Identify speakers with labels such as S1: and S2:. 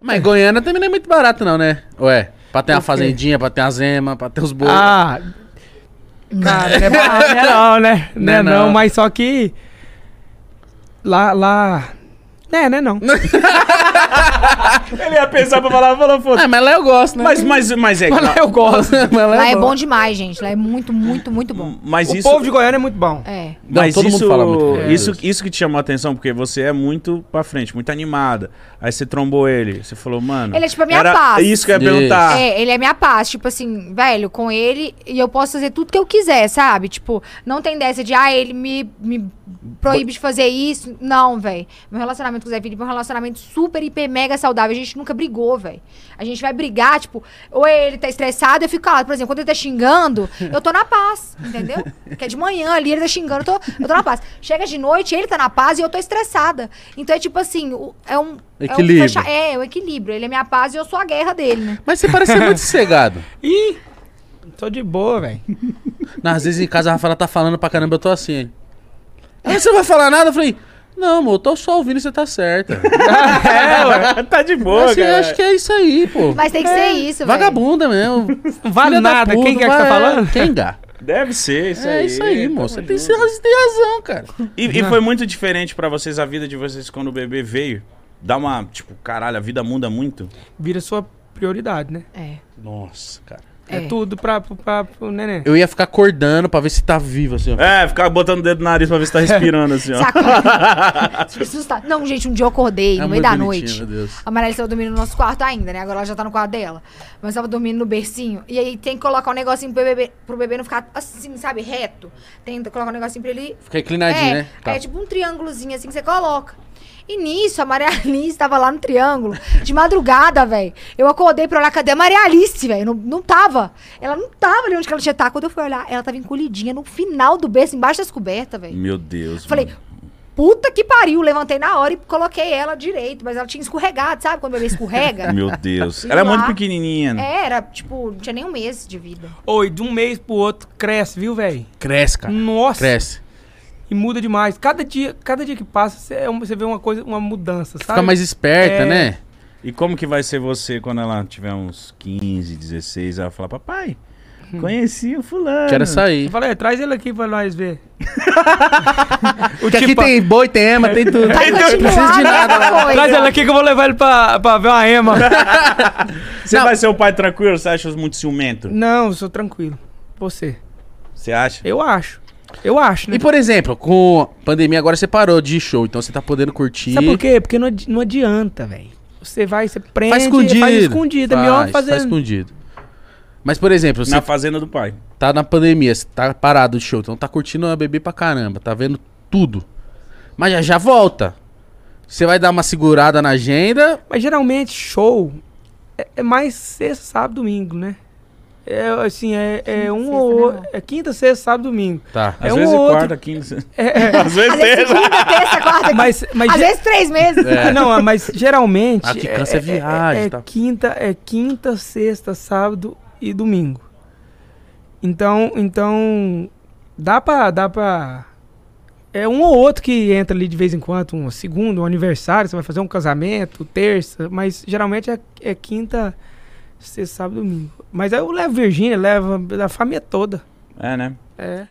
S1: Mas Goiânia também não é muito barato, não, né? Ué, pra ter uma fazendinha, pra ter uma zema, pra ter os bois.
S2: Ah. Cara, não é barato, né? Não, né? Não,
S1: Né,
S2: é não,
S1: não.
S2: mas só que. Lá, lá. É, né? Não.
S3: Ele ia pensar pra falar, falou, foda
S1: Ah, mas lá eu gosto, né?
S3: Mas, mas, mas é.
S2: Mas lá eu gosto.
S1: mas lá
S4: Lá é
S1: bom.
S4: bom demais, gente. Lá é muito, muito, muito bom.
S3: Mas
S2: o
S3: isso.
S2: povo de Goiânia é muito bom.
S4: É.
S1: Não,
S3: mas
S1: todo mundo
S3: isso,
S1: fala muito bem
S3: isso,
S1: disso.
S3: isso que te chamou a atenção, porque você é muito pra frente, muito animada. Aí você trombou ele, você falou, mano.
S4: Ele é tipo a minha
S3: era
S4: paz.
S3: Isso que eu ia
S1: Isso.
S3: perguntar.
S4: É, ele é minha paz. Tipo assim, velho, com ele e eu posso fazer tudo que eu quiser, sabe? Tipo, não tem dessa de, ah, ele me, me proíbe de fazer isso. Não, velho. Meu relacionamento com o Zé Felipe é um relacionamento super, hiper, mega saudável. A gente nunca brigou, velho. A gente vai brigar, tipo, ou ele tá estressado, eu fico calado. Por exemplo, quando ele tá xingando, eu tô na paz, entendeu? Porque é de manhã ali, ele tá xingando, eu tô, eu tô na paz. Chega de noite, ele tá na paz e eu tô estressada. Então é tipo assim, o- é um.
S1: Equilíbrio.
S4: É, um fecha- é, o equilíbrio. Ele é minha paz e eu sou a guerra dele, né?
S1: Mas você parece ser muito sossegado.
S2: Ih! Tô de boa, velho.
S1: Não, às vezes em casa a Rafaela tá falando pra caramba, eu tô assim, hein? Aí você não vai falar nada? Eu falei, não, amor, eu tô só ouvindo e você tá certa.
S3: tá de boa,
S1: assim, eu
S3: cara.
S1: acho que é isso aí, pô.
S4: Mas tem que
S1: É.
S4: ser isso, velho.
S1: Vagabunda mesmo.
S2: Não vale
S1: Filha da
S2: nada.
S1: puta,
S2: Quem que é que tá
S1: vai-
S2: falando?
S1: Quem dá?
S3: Deve ser, isso aí.
S1: É isso aí,
S3: Tamo
S1: moço. Você tem, assim.
S3: junto.
S1: você tem razão, cara.
S3: E, e foi muito diferente pra vocês a vida de vocês quando o bebê veio? Dá uma, tipo, caralho, a vida muda muito?
S2: Vira sua prioridade, né?
S4: É.
S1: Nossa, cara.
S2: É,
S4: É.
S2: tudo pra, pra, pro neném.
S1: Eu ia ficar acordando pra ver se tá vivo, assim, ó.
S3: É, ficar botando o dedo no nariz pra ver se tá respirando, assim, ó.
S4: Saco. Assustar. Não, gente, um dia eu acordei, no
S1: É muito
S4: meio da
S1: bonitinho,
S4: noite.
S1: Meu Deus.
S4: A Maria estava dormindo no nosso quarto ainda, né? Agora ela já tá no quarto dela. Mas tava dormindo no bercinho. E aí tem que colocar um negocinho pro bebê, pro bebê não ficar assim, sabe? Reto. Tem que colocar um negocinho pra ele
S1: Fica inclinadinho,
S4: é,
S1: né? Tá.
S4: É tipo um triângulozinho assim que você coloca. E nisso, a Maria Alice tava lá no triângulo, de madrugada, velho. Eu acordei pra olhar, cadê a Maria Alice, velho? Não, não tava. Ela não tava ali onde que ela tinha que tá. Quando eu fui olhar, ela tava encolhidinha no final do berço, embaixo das cobertas, velho.
S3: Meu Deus.
S4: Falei,
S3: mano.
S4: puta que pariu. Levantei na hora e coloquei ela direito, mas ela tinha escorregado, sabe? Quando o bebê escorrega.
S3: Meu Deus.
S4: E
S3: Ela é
S4: lá-
S3: muito pequenininha. né?
S4: É, era, tipo, não tinha nem um mês de vida.
S2: Oi, de um mês pro outro, cresce, viu, velho?
S1: Cresce, cara.
S2: Nossa!
S1: Cresce.
S2: E muda demais. Cada dia, cada dia que passa, você é um- você vê uma coisa, uma mudança, sabe?
S1: Fica mais esperta,
S2: É.
S1: né?
S3: E como que vai ser você quando ela tiver uns 15, 16? Ela fala, papai,
S2: Hum.
S3: conheci o fulano.
S1: Quero sair.
S2: Eu falei, é, traz ele aqui pra nós ver. o
S1: Porque aqui
S2: tipo,
S1: tem boi, tem ema, tem tudo.
S4: Vai continuar a mesma coisa.
S2: Traz ele aqui que eu vou levar ele pra, pra ver uma ema.
S3: Você
S1: Não.
S3: vai ser o pai tranquilo? Você acha muito ciumento?
S2: Não, eu sou tranquilo. Você.
S3: Você acha?
S2: Eu acho. Eu acho, né?
S1: E por exemplo, com a pandemia agora você parou de ir show, então você tá podendo curtir.
S2: Sabe por quê? Porque não, adi- não adianta, velho. Você vai, você prende,
S1: Faz escondido.
S2: faz escondido. É melhor
S1: Faz,
S2: fazer...
S1: faz escondido. Mas, por exemplo, você
S3: Na fazenda do pai.
S1: tá na pandemia, você tá parado de show, então tá curtindo a bebê pra caramba, tá vendo tudo. Mas já, já volta. Você vai dar uma segurada na agenda.
S2: Mas geralmente show é, é mais sexta, sábado, domingo, né? É assim, é, é um
S4: sexta,
S2: ou
S4: né,
S2: outro.
S4: amor?
S2: É quinta, sexta, sábado, domingo.
S1: Tá.
S3: Às
S2: É um
S3: vezes
S2: ou outro.
S3: quarta, quinta.
S2: É, é.
S3: Às vezes
S4: Às vezes
S3: terça.
S4: segunda, terça, quarta.
S2: Ah, Mas, mas
S4: Às
S2: ge-
S4: vezes três meses.
S1: É.
S2: Ah, Não, mas geralmente.
S1: Ah, que cansa é viagem,
S2: É,
S1: tá.
S2: quinta, é quinta, sexta, sábado e domingo. Então, então dá pra, dá pra. É um ou outro que entra ali de vez em quando, um segundo, um aniversário, você vai fazer um casamento, terça, mas geralmente é, é quinta, sexta, sábado, e domingo. Mas aí eu levo Virgínia, levo a família toda.
S3: É, né?
S2: É.